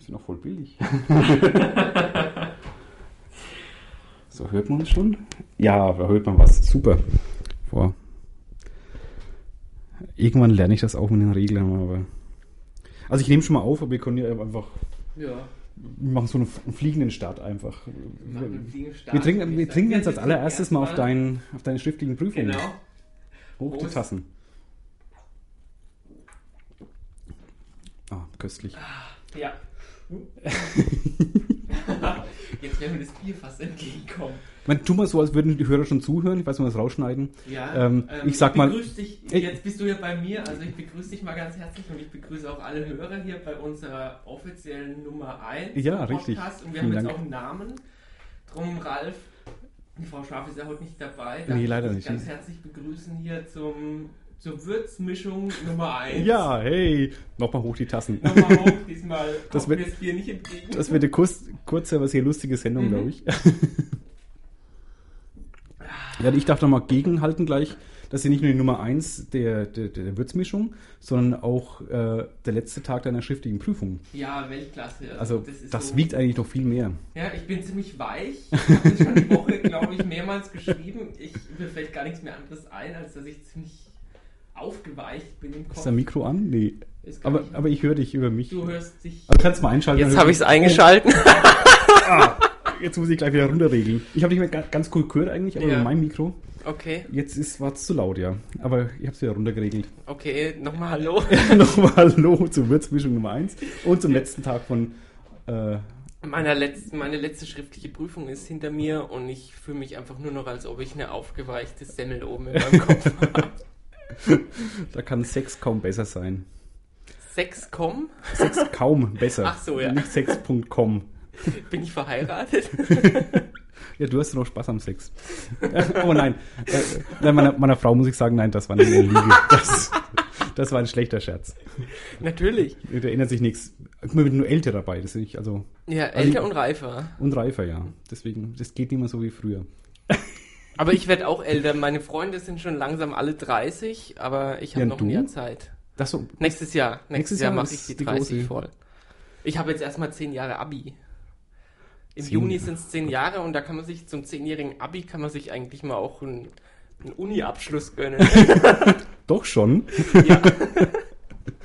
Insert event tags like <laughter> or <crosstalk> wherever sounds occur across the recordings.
Die sind auch voll billig. <laughs> so, hört man uns schon? Ja, da hört man was. Super. Boah. Irgendwann lerne ich das auch mit den Reglern, aber. Also ich nehme schon mal auf, aber wir können ja einfach. Ja. Wir machen so einen f- einen fliegenden Start einfach. Wir machen einen fliegenden Start. Wir trinken, wir sagen, trinken jetzt wir als allererstes mal auf, erstmal- deinen, auf deine schriftlichen Prüfungen. Genau. Hoch die Prost. Tassen. Ah, köstlich. <laughs> Ja. Jetzt werden wir das Bier fast entgegenkommen. Man, tu mal so, als würden die Hörer schon zuhören. Ich weiß, man das rausschneiden. Ja, Ähm, ich sag mal- begrüße dich, Ich- jetzt bist du ja bei mir, also ich begrüße dich mal ganz herzlich und ich begrüße auch alle Hörer hier bei unserer offiziellen Nummer 1 Ja, Podcast. richtig. Und wir Vielen haben jetzt Dank. auch einen Namen. Drum, Ralf, die Frau Schaf ist ja heute nicht dabei. Nee, ich leider dich nicht. Ganz herzlich begrüßen hier zum, zur Würzmischung Nummer 1. Ja, hey. Nochmal hoch die Tassen. Nochmal hoch, diesmal <laughs> Das kommt wird- mir das Bier nicht entgegen. Das wird eine kurz, kurze, aber sehr lustige Sendung, Mhm. glaube ich. <laughs> ja, ich darf da mal gegenhalten gleich, dass sie nicht nur die Nummer 1 der, der, der Würzmischung, sondern auch äh, der letzte Tag deiner schriftlichen Prüfung. ja, Weltklasse. Also das, ist so- wiegt eigentlich noch viel mehr. Ja, ich bin ziemlich weich. Ich habe das schon die Woche, glaube ich, mehrmals geschrieben. Ich, mir fällt gar nichts mehr anderes ein, als dass ich ziemlich aufgeweicht bin im Kopf. Ist dein Mikro an? Nee. Ist gar Aber, nicht- aber ich höre dich über mich. du hörst dich. Also kannst du mal einschalten. Jetzt dann habe hör ich es eingeschalten. Jetzt muss ich gleich wieder runterregeln. Ich habe nicht mehr ga- ganz cool gehört eigentlich, aber Ja. über mein Mikro. Okay, Jetzt ist- war es zu laut, ja. Aber ich habe es wieder runtergeregelt. <laughs> okay, nochmal Hallo. Nochmal Hallo zur Würzmischung Nummer 1 und zum letzten Tag von. Äh, Meine letzte, meine letzte schriftliche Prüfung ist hinter mir und ich fühle mich einfach nur noch, als ob ich eine aufgeweichte Semmel oben in meinem Kopf <laughs> habe. da kann Sex kaum besser sein. Sex komm? Sex kaum besser. Ach so, ja. Nicht Sex.com. Bin ich verheiratet? <laughs> Ja, du hast doch noch Spaß am Sex. <laughs> oh nein. Äh, nein meiner, meiner Frau muss ich sagen, nein, das war eine Lüge. Das, das war ein schlechter Scherz. Natürlich. Da ändert sich nichts. Man wird nur älter dabei, das ist nicht, also Ja, Also ich- älter und reifer. und reifer, ja. Deswegen, das geht nicht mehr so wie früher. Aber ich werde auch älter. Meine Freunde sind schon langsam alle 30, aber ich habe Ja, noch du? ein Jahr Zeit. Das so, Nächstes Jahr. Nächstes, Nächstes Jahr Jahr mache ist ich die die 30 große- voll. Ich habe jetzt erstmal 10 Jahre Abi. Im Zehn Juni Jahre. sind es 10 Jahre und da kann man sich zum 10-jährigen Abi kann man sich eigentlich mal auch einen, einen <laughs> Uni-Abschluss gönnen. doch schon. <laughs> ja. <laughs>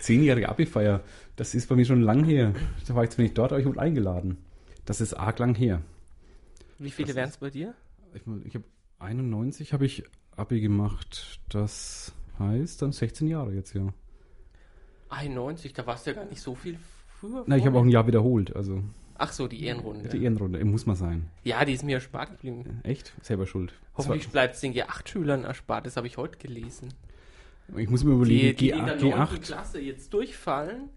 Zehnjährige Abi-Feier, das ist bei mir schon lang her. Da war ich zwar nicht dort, aber ich wurde eingeladen. Das ist arg lang her. Wie viele wären es bei dir? Ich, mein, ich habe 91 habe ich Abi gemacht. Das heißt dann 16 Jahre jetzt, ja. 91, da warst du ja gar nicht so viel früher. Na, ich habe auch vorher. ein Jahr wiederholt, also Ach so, die Ehrenrunde. die Ehrenrunde, äh, muss mal sein. ja, die ist mir erspart geblieben. Echt? Selber schuld. Hoffentlich bleibt es den G8-Schülern erspart, das habe ich heute gelesen. Zwar- Ich muss mir die, überlegen, die in der G8, 9. G8 Klasse jetzt durchfallen,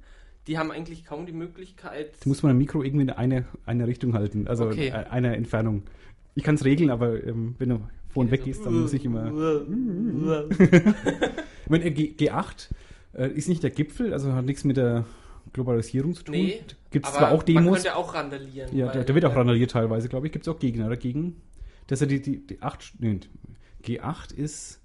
die haben eigentlich kaum die Möglichkeit. da muss man ein Mikro irgendwie in eine, eine Richtung halten, also Okay. in einer Entfernung. Ich kann es regeln, aber ähm, wenn du vor und weg gehst, dann muss ich immer... Ich meine, G- G8 äh, ist nicht der Gipfel, also hat nichts mit der Globalisierung zu tun. <laughs> Nee, Gibt es aber zwar auch Man Demos. könnte auch randalieren. Ja, da, weil- da wird auch randaliert teilweise, glaube ich. Gibt es auch Gegner dagegen. Dass er die, die, die 8, nee, G8 ist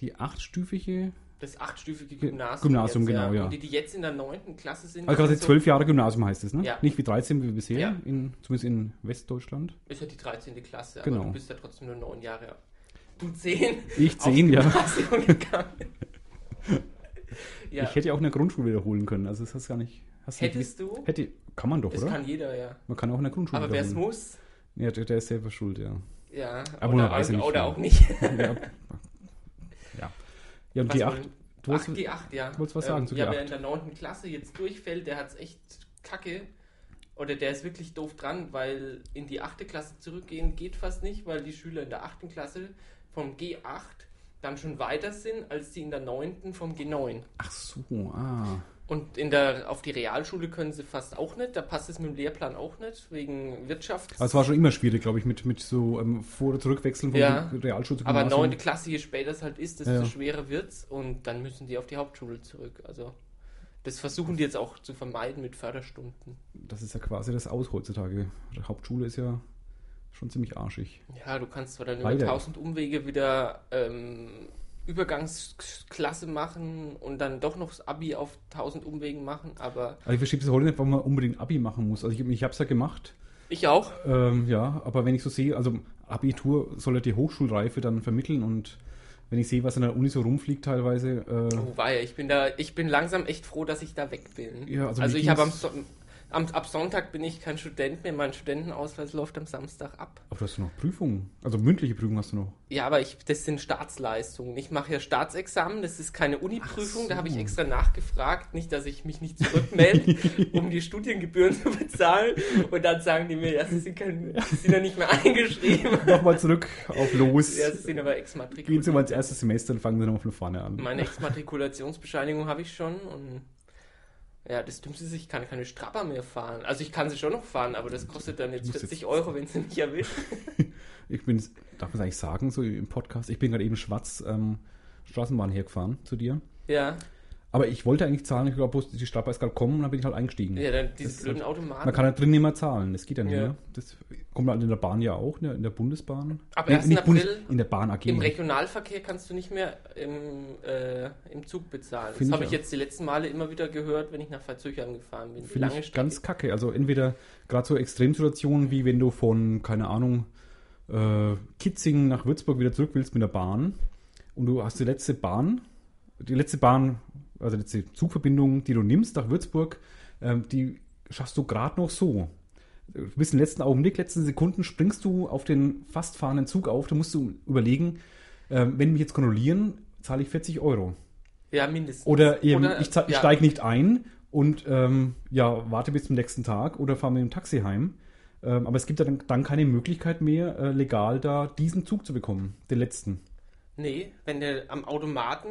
die Mhm. achtstufige, Das achtstufige Ge- Gymnasium. Gymnasium, jetzt, genau, ja. Und die, die jetzt in der neunten Klasse sind, also quasi das ist so- zwölf Jahre Gymnasium heißt es, ne? Ja. Nicht wie 13 wie bisher, Ja. in, zumindest in Westdeutschland. ist ja die 13. Klasse, Genau. aber du bist ja trotzdem nur neun Jahre. Du <laughs> zehn. Ich aufs 10, ja. Gymnasium <laughs> gegangen. ja. Ich hätte ja auch in der Grundschule wiederholen können, also das hast gar nicht. Hast Hättest nicht, du? Hätte, kann man doch, das oder? kann jeder, ja. Man kann auch in der Grundschule Aber wer es wiederholen. muss, Ja, der, der ist selber schuld, ja. ja. Aber man oder weiß ja nicht, oder ja. auch nicht. ja. ja. Ja, und Was G8, wollen- du hast, Ach, G8, ja. Ähm, wolltest was sagen zu ja, G8? wer in der 9. Klasse jetzt durchfällt, der hat es echt kacke. Oder der ist wirklich doof dran, weil in die 8. Klasse zurückgehen geht fast nicht, weil die Schüler in der 8. Klasse vom G8 dann schon weiter sind, als die in der 9. vom G9. ach so, ah. Und in der, auf die Realschule können sie fast auch nicht, da passt es mit dem Lehrplan auch nicht, wegen Wirtschaft. Aber es war schon immer schwierig, glaube ich, mit, mit so ähm, Vor- oder Zurückwechseln von Ja. Realschule zu Aber Gymnasium. 9. Klasse, je später es halt ist, desto Genau, also Ja. schwerer wird's und dann müssen die auf die Hauptschule zurück. Also das versuchen die jetzt auch zu vermeiden mit Förderstunden. Das ist ja quasi das Aus heutzutage. Hauptschule ist ja schon ziemlich arschig. Ja, du kannst zwar dann über Leider. tausend Umwege wieder ähm, Übergangsklasse machen und dann doch noch das Abi auf 1000 Umwegen machen, aber Also ich verstehe bis heute nicht, warum man unbedingt Abi machen muss. Also ich, ich habe es ja gemacht, ich auch. ähm, ja, aber wenn ich so sehe, also Abitur soll ja die Hochschulreife dann vermitteln und wenn ich sehe, was an der Uni so rumfliegt teilweise, äh, Oh, war ja, ich bin da, ich bin langsam echt froh, dass ich da weg bin. Ja, also also, mir ich habe am, ging's- Son- am ab Sonntag bin ich kein Student mehr, mein Studentenausweis läuft am Samstag ab. aber du hast doch noch Prüfungen, also mündliche Prüfungen hast du noch. Ja, aber ich, das sind Staatsleistungen. Ich mache ja Staatsexamen, das ist keine Uni-Prüfung, da so. habe ich extra nachgefragt, nicht, dass ich mich <laughs> nicht zurückmelde, um die Studiengebühren zu bezahlen. Und dann sagen die mir, ja, sie sind, kein, sie sind ja nicht mehr eingeschrieben. <laughs> Nochmal zurück auf los. Ja, sie sind aber Gehen Sie exmatrikuliert. mal ins erste Semester und fangen Sie nochmal von vorne an. Meine Exmatrikulationsbescheinigung habe ich schon und ja, das Dümmste ist, ich kann keine Strapper mehr fahren. Also ich kann sie schon noch fahren, aber das kostet dann jetzt musst jetzt- 40 Euro, wenn sie mich erwischt. Ich bin, darf man es eigentlich sagen, so im Podcast, ich bin gerade eben schwarz ähm, Straßenbahn hergefahren zu dir. Ja, Aber ich wollte eigentlich zahlen, ich glaube, bloß die Strafbar ist gerade kommen und dann bin ich halt eingestiegen. ja dann diese Das- blöden Man Automaten. kann da drin nicht mehr zahlen, das geht ja nicht Ja. mehr. Das kommt halt in der Bahn ja auch, ne? in der Bundesbahn. Ab Nee, 1. nicht Bundes- April in der Bahn AG. Im Regionalverkehr kannst du nicht mehr im, äh, im Zug bezahlen. Find ich das habe ich auch. jetzt die letzten Male immer wieder gehört, wenn ich nach Verzögern gefahren bin. Finde ich ganz kacke. Also entweder gerade so Extremsituationen, wie wenn du von, keine Ahnung, äh, Kitzingen nach Würzburg wieder zurück willst mit der Bahn und du hast die letzte Bahn, die letzte Bahn, also die letzte Zugverbindung, die du nimmst nach Würzburg, ähm, die schaffst du gerade noch so. Bis in den letzten Augenblick, letzten Sekunden springst du auf den fast fahrenden Zug auf. Da musst du überlegen, ähm, wenn die mich jetzt kontrollieren, zahle ich 40 Euro. Ja, mindestens. Oder eben, Oder- ich, zahl- ich ja. steige nicht ein und ähm, ja, warte bis zum nächsten Tag oder fahre mit dem Taxi heim. Ähm, aber es gibt ja dann, dann keine Möglichkeit mehr, äh, legal da diesen Zug zu bekommen, den letzten. Nee, wenn du am Automaten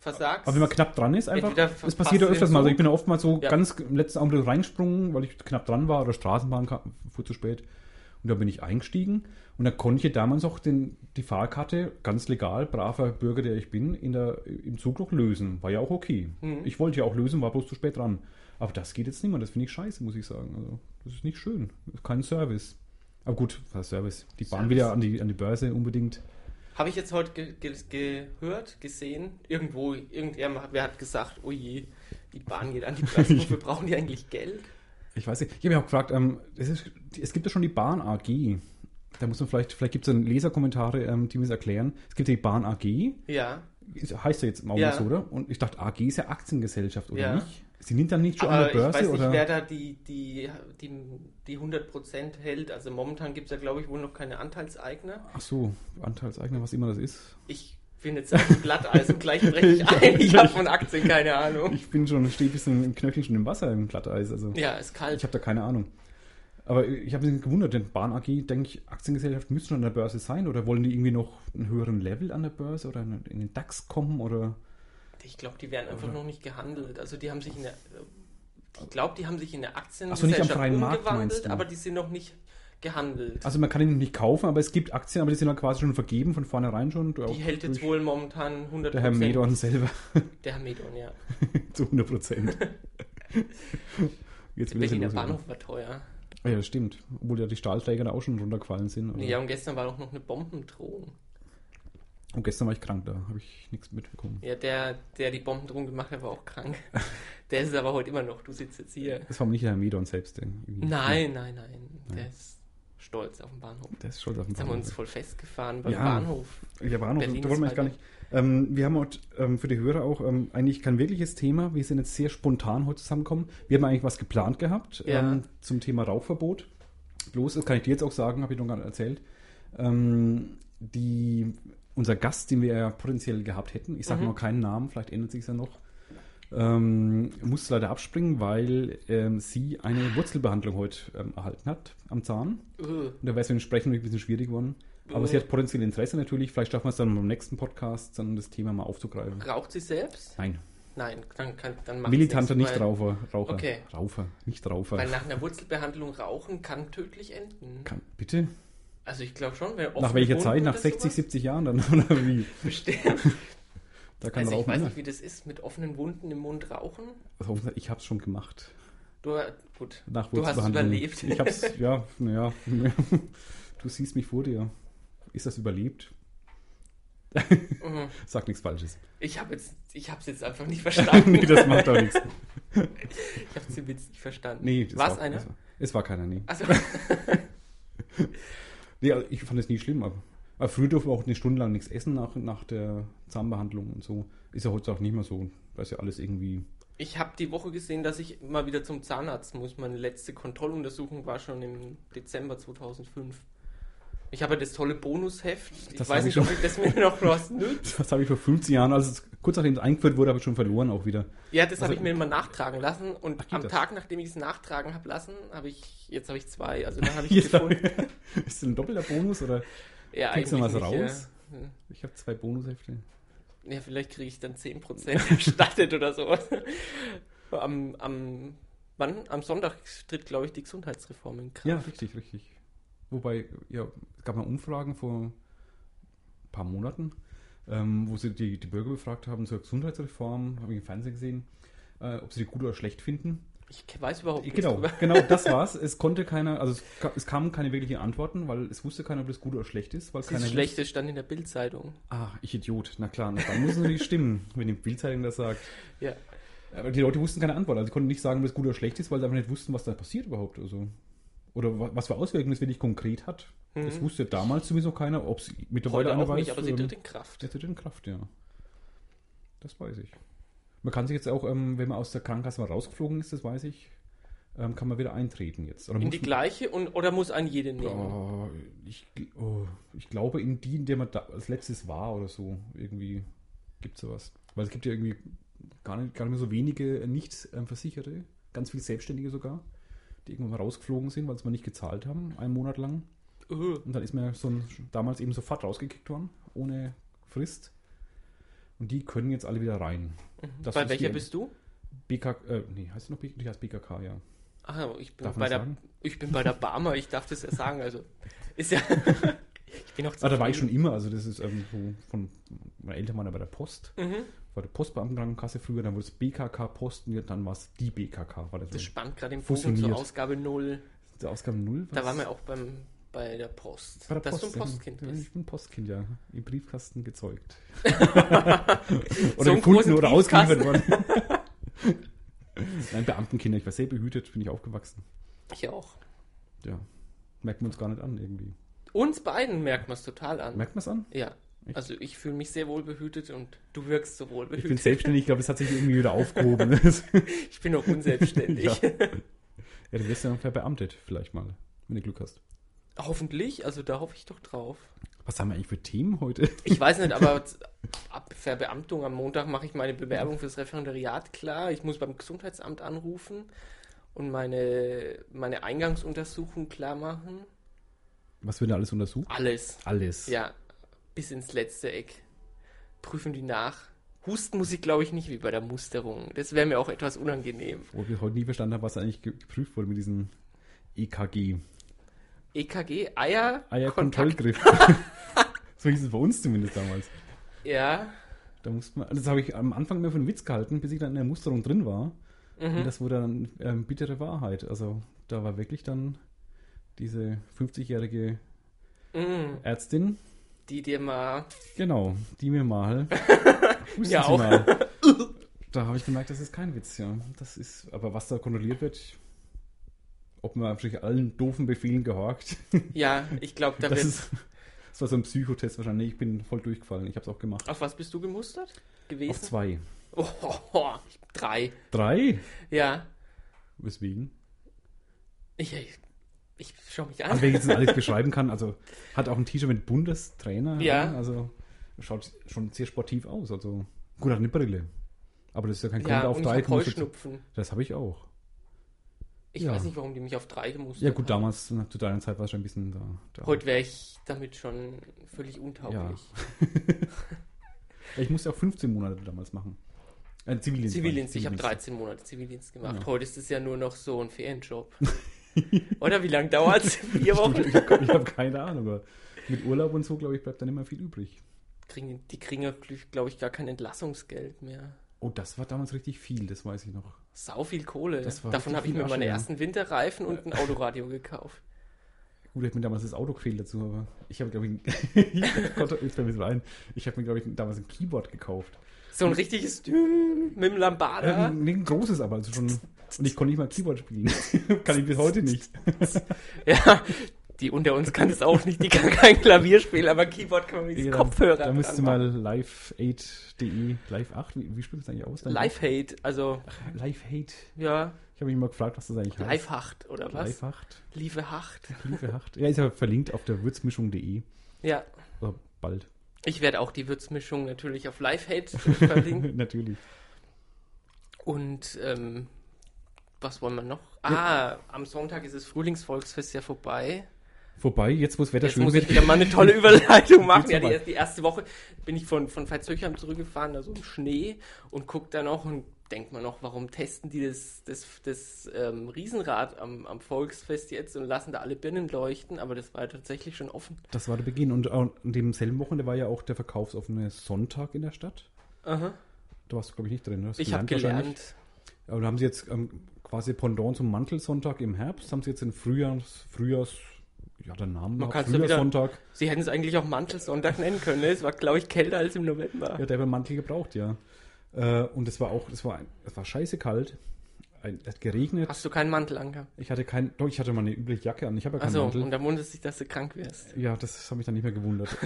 versagst. Aber wenn man knapp dran ist, einfach, Entweder das passiert ja verpasst du öfters den mal. Also Zug. ich bin ja oftmals so Ja. ganz im letzten Augenblick reingesprungen, weil ich knapp dran war oder Straßenbahn kam, fuhr zu spät. Und da bin ich eingestiegen und dann konnte ich ja damals auch den, die Fahrkarte, ganz legal, braver Bürger, der ich bin, in der, im Zug noch lösen. War ja auch okay. Mhm. Ich wollte ja auch lösen, war bloß zu spät dran. Aber das geht jetzt nicht mehr, das finde ich scheiße, muss ich sagen. Also, das ist nicht schön. Das ist kein Service. Aber gut, was heißt Service. Die Bahn Service. wieder an die, an die Börse unbedingt. Habe ich jetzt heute ge ge gehört, gesehen, irgendwo, irgendwer wer hat gesagt, oh je, die Bahn geht an <laughs> die Preise, wofür brauchen die eigentlich Geld? Ich weiß nicht. Ich habe mich auch gefragt, ähm, es, ist, es gibt ja schon die Bahn AG. Da muss man vielleicht, vielleicht gibt es dann Leserkommentare, ähm, die mir das erklären. Es gibt ja die Bahn AG, Ja, Ist- heißt ja jetzt im Augenblick Ja. so, oder? Und ich dachte, AG ist ja Aktiengesellschaft, oder Ja. nicht? Sie nimmt dann nicht schon an aber der ich Börse, weiß nicht, oder? wer da die, die, die, die 100% hält. Also momentan gibt es ja, glaube ich, wohl noch keine Anteilseigner. Ach so, Anteilseigner, was immer das ist. Ich bin jetzt auf dem Glatteis und gleich <laughs> breche ich ein. Ich habe von Aktien keine Ahnung. Ich bin schon, stehe ein bisschen im Knöchel schon im Wasser, im Glatteis. Also Ja, ist ich kalt. habe da keine Ahnung. Aber ich habe mich gewundert, denn Bahn AG, denke ich, Aktiengesellschaft müssen schon an der Börse sein oder wollen die irgendwie noch einen höheren Level an der Börse oder in in den DAX kommen oder? Ich glaube, die werden einfach noch nicht gehandelt. Also die haben sich in der, ich glaube, die haben sich in der Ach so, nicht am Aktiengesellschaft freien Markt, meinst umgewandelt, du? aber die sind noch nicht gehandelt. Also man kann ihn nicht kaufen, aber es gibt Aktien, aber die sind ja quasi schon vergeben von vornherein schon. Die hält jetzt wohl momentan 100 der Herr Medon selber <laughs> Der Herr Medon, ja. zu 100 Prozent. Jetzt Der will er sie Berliner loswerden. Bahnhof war teuer. Ah Ja, das stimmt. Obwohl ja die Stahlträger da auch schon runtergefallen sind. aber- Ja, und gestern war auch noch eine Bombendrohung. Und gestern war ich krank, da habe ich nichts mitbekommen. Ja, der, der die Bombendrohung gemacht hat, war <laughs> auch krank. Der ist es aber heute immer noch. Du sitzt jetzt hier. Das war nicht der Herr Medon selbst. Der irgendwie- Nein, nein, nein. Der ist stolz auf den Bahnhof. Der ist stolz auf den Jetzt haben wir Bahnhof. uns voll festgefahren beim Ja. Bahnhof. Ja, Bahnhof, Berlin da ist wollen wir eigentlich gar weiter. nicht. Ähm, wir haben heute ähm, für die Hörer auch ähm, eigentlich kein wirkliches Thema. Wir sind jetzt sehr spontan heute zusammengekommen. Wir haben eigentlich was geplant gehabt Ja. ähm, zum Thema Rauchverbot. Bloß, das kann ich dir jetzt auch sagen, habe ich noch gar nicht erzählt. Ähm, die, unser Gast, den wir ja potenziell gehabt hätten, ich sage Mhm. noch keinen Namen, vielleicht ändert sich ja noch, ähm, musste leider abspringen, weil ähm, sie eine Wurzelbehandlung heute ähm, erhalten hat am Zahn. Äh, Und da wäre es entsprechend ein bisschen schwierig geworden. Aber Mhm. sie hat potenziell Interesse natürlich. Vielleicht schaffen wir es dann beim nächsten Podcast, dann das Thema mal aufzugreifen. Raucht sie selbst? Nein, Nein, dann, kann, dann macht's militanter nichts, weil, Nichtraucher. Raucher. Okay. Raufer, Weil Nichtraufer. nach einer Wurzelbehandlung rauchen kann tödlich enden. Kann, bitte? Also ich glaube schon, wenn Nach welcher Zeit? Nach 60, 70 Jahren dann? <laughs> Oder wie? Bestimmt. Da kann Also ich Rauchen weiß immer. nicht, wie das ist, mit offenen Wunden im Mund rauchen. Also hoffentlich- Ich habe es schon gemacht. Du, gut, Nach du hast Wurzelbehandlung. überlebt. Ich <laughs> hab's, ja, naja. Du siehst mich vor dir. Ist das überlebt? Mhm. <laughs> Sag nichts Falsches. Ich habe jetzt, ich hab's jetzt <laughs> einfach nicht nee, verstanden. das macht auch nichts. Ich hab's den Witz nicht verstanden. Nee, das War's war- einer? das war- Es war keiner, nee. Also, Nee, also ich fand es nie schlimm. Aber, aber früher durfte man auch eine Stunde lang nichts essen nach, nach der Zahnbehandlung und so. Ist ja heutzutage nicht mehr so. Da ist ja alles irgendwie. <laughs> ich habe die Woche gesehen, dass ich mal wieder zum Zahnarzt muss. Meine letzte Kontrolluntersuchung war schon im Dezember 2005. Ich habe ja das tolle Bonusheft. Ich Das weiß hab ich nicht, ob ich <laughs> das mir noch was nützt. Das habe ich vor 15 Jahren, als es, kurz nachdem es eingeführt wurde, habe ich schon verloren auch wieder. Ja, das habe Also- ich mir immer nachtragen lassen. Und Ach, geht am das? Tag, nachdem ich es nachtragen habe lassen, habe ich, jetzt habe ich zwei. <laughs> Also dann habe ich Jetzt hab gefunden. ich, ist das ein doppelter Bonus oder? Ja, Kriegst du eigentlich noch was nicht, raus? Ja. Ich habe zwei Bonushefte. Ja, vielleicht kriege ich dann 10% <laughs> erstattet oder sowas. Am, am, wann? am Sonntag tritt, glaube ich, die Gesundheitsreform in Kraft. Ja, richtig, richtig. Wobei, ja, es gab mal Umfragen vor ein paar Monaten, ähm, wo sie die, die Bürger befragt haben zur Gesundheitsreform, habe ich im Fernsehen gesehen, äh, ob sie die gut oder schlecht finden. Ich ke- weiß überhaupt nichts Genau, drüber. genau, das war's. Es konnte keiner, also es, ka- es kamen keine wirklichen Antworten, weil es wusste keiner, ob das gut oder schlecht ist. Weil Das keiner ist schlecht, das stand in der Bildzeitung. Ah, ich Idiot. Na klar, na, dann muss es natürlich stimmen, <laughs> wenn die Bildzeitung das sagt. Ja. Aber die Leute wussten keine Antwort. Also sie konnten nicht sagen, ob es gut oder schlecht ist, weil sie einfach nicht wussten, was da passiert überhaupt. Also, oder wa- was für Auswirkungen es wirklich konkret hat. Mhm. Das wusste damals sowieso keiner, ob es mittlerweile Heute einer auch weiß. nicht, aber sie ähm, tritt in Kraft. der tritt in Kraft, ja. Das weiß ich. Man kann sich jetzt auch, ähm, wenn man aus der Krankenkasse mal rausgeflogen ist, das weiß ich, ähm, kann man wieder eintreten jetzt. Oder In muss die man- gleiche und, oder muss an jede nehmen? Oh, ich, gl- oh, ich glaube, in die, in der man da als letztes war oder so, irgendwie gibt es sowas. Weil es gibt ja irgendwie gar nicht, gar nicht mehr so wenige äh, Nicht-Versicherte, ganz viele Selbstständige sogar, die irgendwann mal rausgeflogen sind, weil sie mal nicht gezahlt haben, einen Monat lang. Uh, Und dann ist man ja so ein, damals eben sofort rausgekickt worden, ohne Frist. Und die können jetzt alle wieder rein. Das Mhm. bei ist welcher die- bist du? BKK, äh, nee, heißt sie noch BKK? Die heißt BKK, ja. Ach, Ah, ich bin Darf bei man der sagen? ich bin bei der Barmer, ich darf das ja sagen, <laughs> also ist ja <laughs> ich bin auch Ah, da war ich schon zufrieden. immer, also das ist ähm, so von, meine Eltern waren ja bei der Post. Mhm. war die Postbeamtenkrankenkasse früher, dann wurde es BKK Post und dann war es die BKK. War das, Das so. spannt gerade im Bogen zur Fusioniert. Ausgabe 0. Diese Ausgabe 0? Da waren wir auch beim, bei der Post. Bei der dass Post, du ein Postkind ja. bist. Ich bin Postkind, ja. Im Briefkasten <laughs> gezeugt. So oder einen großen gefunden oder ausgeliefert Briefkasten. worden. <laughs> Nein, Beamtenkinder. Ich war sehr behütet, bin ich aufgewachsen. Ich auch. Ja. Merkt man uns gar nicht an irgendwie. Uns beiden merkt man es total an. Merkt man es an? ja. Also ich fühle mich sehr wohlbehütet und du wirkst so Ich bin <laughs> wohlbehütet. selbstständig, ich glaube, es hat sich irgendwie wieder aufgehoben. <laughs> <laughs> ja, Ich bin auch unselbstständig. <laughs> Ja. du wirst ja noch verbeamtet, vielleicht mal, wenn du Glück hast. Hoffentlich, also da hoffe ich doch drauf. Was haben wir eigentlich für Themen heute? Ich weiß nicht, aber <laughs> z- ab Verbeamtung am Montag mache ich meine Bewerbung fürs Referendariat klar. Ich muss beim Gesundheitsamt anrufen und meine, meine Eingangsuntersuchung klar machen. Was wird da alles untersucht? Alles. Alles. Ja, bis ins letzte Eck. Prüfen die nach. Husten muss ich, glaube ich, nicht wie bei der Musterung. Das wäre mir auch etwas unangenehm. Wo ich heute nie verstanden habe, was eigentlich ge- geprüft wurde mit diesem E EKG. EKG, E Eier, Ah Kontakt. Eierkontrollgriff. <laughs> so hieß es bei uns zumindest damals. Ja, Da musste man, das habe ich am Anfang mehr für einen Witz gehalten, bis ich dann in der Musterung drin war. Mhm. Und das wurde dann ähm, bittere Wahrheit. Also da war wirklich dann diese 50-jährige mm, Ärztin, die dir mal. genau, die mir <laughs> mal. Husten Ja, Sie auch. <laughs> mal. Da habe ich gemerkt, das ist kein Witz, ja. Das ist, aber was da kontrolliert wird, ob man natürlich allen doofen Befehlen gehorcht. Ja, ich glaube, da Das, wird. ist, das war so ein Psychotest wahrscheinlich. Ich bin voll durchgefallen. Ich habe es auch gemacht. Auf was bist du gemustert? Auf Gewesen? zwei. Oh, <laughs> ho, ho, drei. Drei? Ja. Weswegen? Ich, ich, ich schau mich Also an. wer jetzt nicht alles beschreiben kann, also hat auch ein T-Shirt mit Bundestrainer. Ja. an, Also schaut schon sehr sportiv aus. Also gut, hat eine Brille. Aber das ist ja kein Grund Ja, auf und ich drei. hab muss jetzt- Heuschnupfen. Das habe ich auch. Ich Ja. weiß nicht, warum die mich auf drei gemustert Ja gut, haben. damals na, zu deiner Zeit war es schon ein bisschen da. da. Heute wäre ich damit schon völlig untauglich. Ich musste auch 15 Monate damals machen. Äh, Zivildienst. Zivildienst, ich meine habe 13 Monate Zivildienst gemacht. Ja. Heute ist es ja nur noch so ein <laughs> Ferienjob. Oder wie lange dauert es? Vier Stimmt, Wochen? <laughs> Ich habe hab keine Ahnung, aber mit Urlaub und so, glaube ich, bleibt dann immer viel übrig. Kriegen, die kriegen ja, glaube ich, gar kein Entlassungsgeld mehr. Oh, das war damals richtig viel, das weiß ich noch. Sau viel Kohle. Das war Davon richtig habe ich viel mir meine Asche, ja. ersten Winterreifen und ein Autoradio gekauft. Gut, ich mir damals das Auto gefehlt dazu, aber ich <laughs> habe, glaube ich, ein- ich konnte jetzt ein bisschen rein. Ich habe mir, glaube ich, damals ein Keyboard gekauft. So ein richtiges Düm mit dem Lambada. Ähm, nee, ein großes aber, also schon. Und ich konnte nicht mal Keyboard spielen. <laughs> Kann ich bis heute nicht. Ja, die unter uns kann das auch nicht. Die kann kein Klavier spielen, aber Keyboard kann man Ja, mit diesem Äh, da- Kopfhörer. Da müsst ihr dran mal machen. live8.de, live8, wie, wie spielt das eigentlich aus? Live-Hate, also, Live8. ja, Ich habe mich mal gefragt, was das eigentlich heißt. Live-Hacht oder was? Live8. Liebe-Hacht. Live8. Ja, ist ja verlinkt auf der würzmischung.de. Ja, Oder bald. ich werde auch die Würzmischung natürlich auf Live-Hate <laughs> verlinken. Natürlich. Und ähm, was wollen wir noch? Ah, am Sonntag ist das Frühlingsvolksfest ja vorbei. Vorbei, jetzt wo das Wetter Jetzt schön muss ich wird. wieder mal eine tolle Überleitung machen. Ja, vorbei. die, die erste Woche bin ich von, von Veitshöchheim zurückgefahren, also im Schnee und guck dann auch und denkt man noch, warum testen die das, das, das ähm, Riesenrad am, am Volksfest jetzt und lassen da alle Birnen leuchten, aber das war ja tatsächlich schon offen. Das war der Beginn. Und äh, an demselben Wochenende war ja auch der verkaufsoffene Sonntag in der Stadt. Aha. Da warst du, glaube ich, nicht drin. ne? Du hast Ich habe wahrscheinlich. gelernt. Aber da haben sie jetzt ähm, quasi Pendant zum Mantelsonntag im Herbst, haben sie jetzt den Frühjahrs, Frühjahrs, ja, der Name Man nach kann's ja wieder- Frühjahrssonntag. Sie hätten es eigentlich auch Mantelsonntag nennen können. ne? Es war, glaube ich, kälter als im November. Ja, der hat einen Mantel gebraucht, ja. Äh, und es war auch, es war, ein- es war scheiße kalt. Ein, es hat geregnet. Hast du keinen Mantel angehabt? Ich hatte kein, doch, ich hatte mal eine übliche Jacke an. Ich habe ja keinen Also, Mantel. und dann wunderst du dich, dass du krank wirst. Ja, das hat mich dann nicht mehr <laughs> gewundert.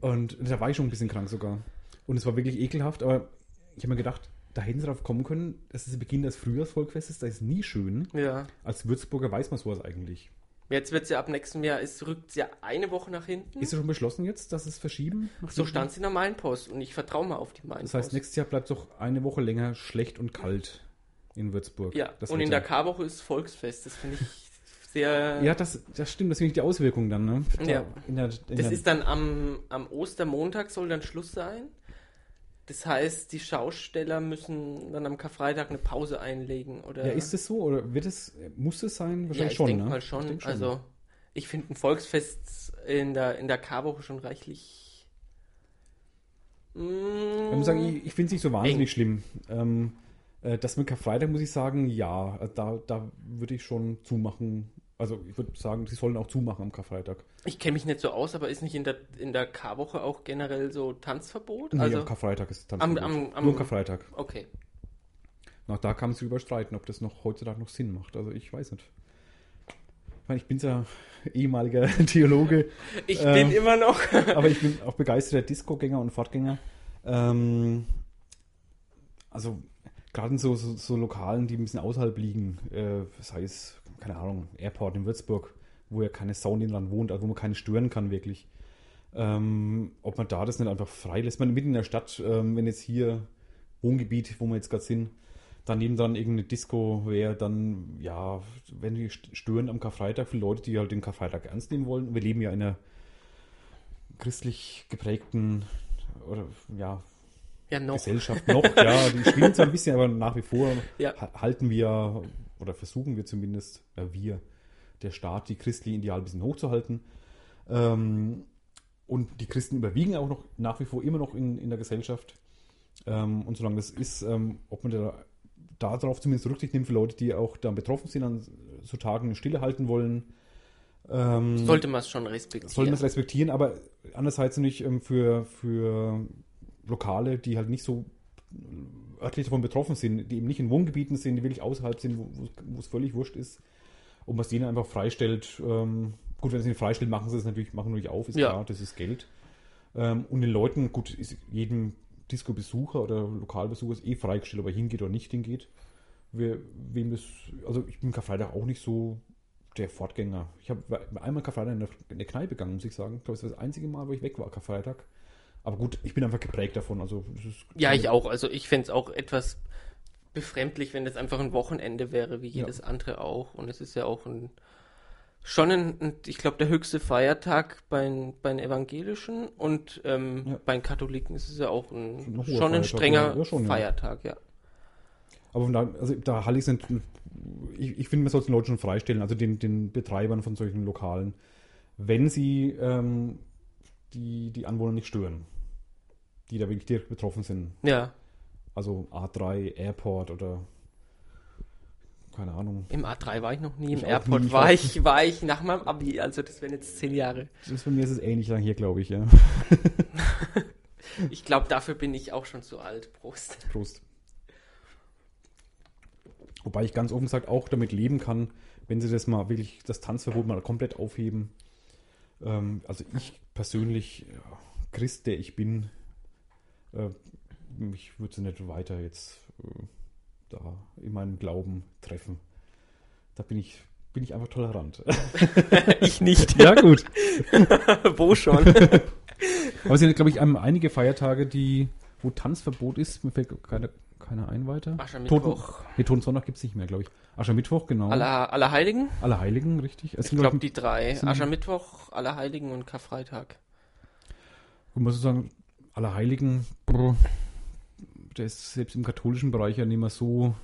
und da war ich schon ein bisschen krank sogar. Und es war wirklich ekelhaft, aber ich habe mir gedacht, da hätten sie drauf kommen können, das ist der Beginn des Frühjahrsvolkfestes, da ist nie schön. Ja. Als Würzburger weiß man sowas eigentlich. Jetzt wird es ja ab nächstem Jahr, es rückt ja eine Woche nach hinten. Ist ja schon beschlossen jetzt, dass es verschieben? so stand es in der Mainpost und ich vertraue mal auf die Mainpost. Das heißt, nächstes Jahr bleibt es doch eine Woche länger schlecht und kalt in Würzburg. Ja, das und in der Wetter. Karwoche ist Volksfest. Das finde ich sehr. Ja, das, das stimmt, das sind nicht die Auswirkungen dann, ne? Ja. In der, in das der, ist dann am, am Ostermontag, soll dann Schluss sein. Das heißt, die Schausteller müssen dann am Karfreitag eine Pause einlegen. Oder ja, ist es so oder wird es, muss es sein? äh, Ja, Wahrscheinlich ich schon, denke ne? mal schon. Ich denk Also, ich finde ein Volksfest in der, in der Karwoche schon reichlich. mm, Ich muss Mhm. sagen, ich, ich finde es nicht so wahnsinnig Eng. schlimm. Ähm, äh, das mit Karfreitag muss ich sagen, ja, äh, da, da würde ich schon zumachen. Also ich würde sagen, sie sollen auch zumachen am Karfreitag. Ich kenne mich nicht so aus, aber ist nicht in der, in der K-Woche auch generell so Tanzverbot? Nee, also, am Karfreitag ist dann Am- am- am- Nur am Karfreitag. okay. Na, da kann man sich überstreiten, ob das noch heutzutage noch Sinn macht. Also ich weiß nicht. Ich meine, ich bin ja ehemaliger <laughs> Theologe, Ich Ähm, bin immer noch. <laughs> aber ich bin auch begeisterter Disco-Gänger und Fortgänger. Ähm, also gerade in so, so, so Lokalen, die ein bisschen außerhalb liegen, äh, sei es, keine Ahnung, Airport in Würzburg, wo ja keine Sau in dem Land wohnt, also wo man keine stören kann wirklich. Ähm, ob man da das nicht einfach frei lässt. Man mitten in der Stadt, ähm, wenn jetzt hier Wohngebiet, wo wir jetzt gerade sind, daneben dann irgendeine Disco wäre, dann, ja, wenn die st- stören am Karfreitag, viele Leute, die halt den Karfreitag ernst nehmen wollen. Wir leben ja in einer christlich geprägten oder ja, Ja, noch. Gesellschaft noch, ja, die schwindet so ein bisschen, aber nach wie vor Ja. ha- halten wir oder versuchen wir zumindest, ja, wir, der Staat, die christlichen Ideale ein bisschen hochzuhalten. Ähm, und die Christen überwiegen auch noch nach wie vor immer noch in, in der Gesellschaft. Ähm, und solange das ist, ähm, ob man da darauf zumindest Rücksicht nimmt für Leute, die auch dann betroffen sind, an so Tagen eine Stille halten wollen. Ähm, Sollte man es schon respektieren. sollen wir es respektieren, aber andererseits natürlich ähm, für, für Lokale, die halt nicht so örtlich davon betroffen sind, die eben nicht in Wohngebieten sind, die wirklich außerhalb sind, wo- wo wo es völlig wurscht ist, und man es denen einfach freistellt. Ähm, gut, wenn sie ihn freistellt, machen sie es natürlich, machen natürlich auf, ist Ja. klar, das ist Geld. Ähm, und den Leuten, gut, ist jedem Disco-Besucher oder Lokalbesucher ist eh freigestellt, ob er hingeht oder nicht hingeht. Wer, wem das, also ich bin Karfreitag auch nicht so der Fortgänger. Ich habe einmal Karfreitag in der, in der Kneipe gegangen, muss ich sagen. Ich glaube, es war das einzige Mal, wo ich weg war, Karfreitag. Aber gut, ich bin einfach geprägt davon. Also das ist ja, ich auch. Also, ich fände es auch etwas befremdlich, wenn das einfach ein Wochenende wäre, wie jedes andere auch. Und es ist ja auch ein. Schon ein, ein- ich glaube, der höchste Feiertag bei, den- bei den Evangelischen und ähm, Ja. bei den Katholiken ist es ja auch Ein ein, hoher schon ein Feiertag, strenger ja. Ja, schon, ja. Feiertag, ja. Aber von da, also da halte ich es nicht. Ich, ich finde, man sollte den Leuten schon freistellen, also den, den Betreibern von solchen Lokalen, wenn sie ähm, die, die Anwohner nicht stören, die da wirklich direkt betroffen sind. Ja, Also A3, Airport oder keine Ahnung. Im A3 war ich noch nie, im Ich auch Airport nie, ich war, auch ich, war ich nach meinem Abi, also das wären jetzt zehn Jahre. Das bei mir ist es ähnlich lang hier, glaube ich, ja. Ich glaube, dafür bin ich auch schon zu alt. Prost. <laughs> Prost. Wobei ich ganz offen gesagt auch damit leben kann, wenn sie das mal wirklich, das Tanzverbot mal komplett aufheben. Ähm, also ich persönlich, ja, Christ, der ich bin, äh, ich würde sie nicht weiter jetzt äh, da in meinem Glauben treffen. Da bin ich, bin ich einfach tolerant. <laughs> Ich nicht. <laughs> ja, gut. Wo schon? Aber es sind, glaube ich, einem einige Feiertage, die, wo Tanzverbot ist. Mir fällt keiner keine ein weiter. Aschermittwoch. Toten, nee, Totensonntag gibt es nicht mehr, glaube ich. Aschermittwoch, genau. Aller, Allerheiligen? Allerheiligen, richtig. Es Ich sind, glaube, ich, die drei. sind- Aschermittwoch, Allerheiligen und Karfreitag. man muss sagen, Allerheiligen, brr, der ist selbst im katholischen Bereich ja nicht mehr so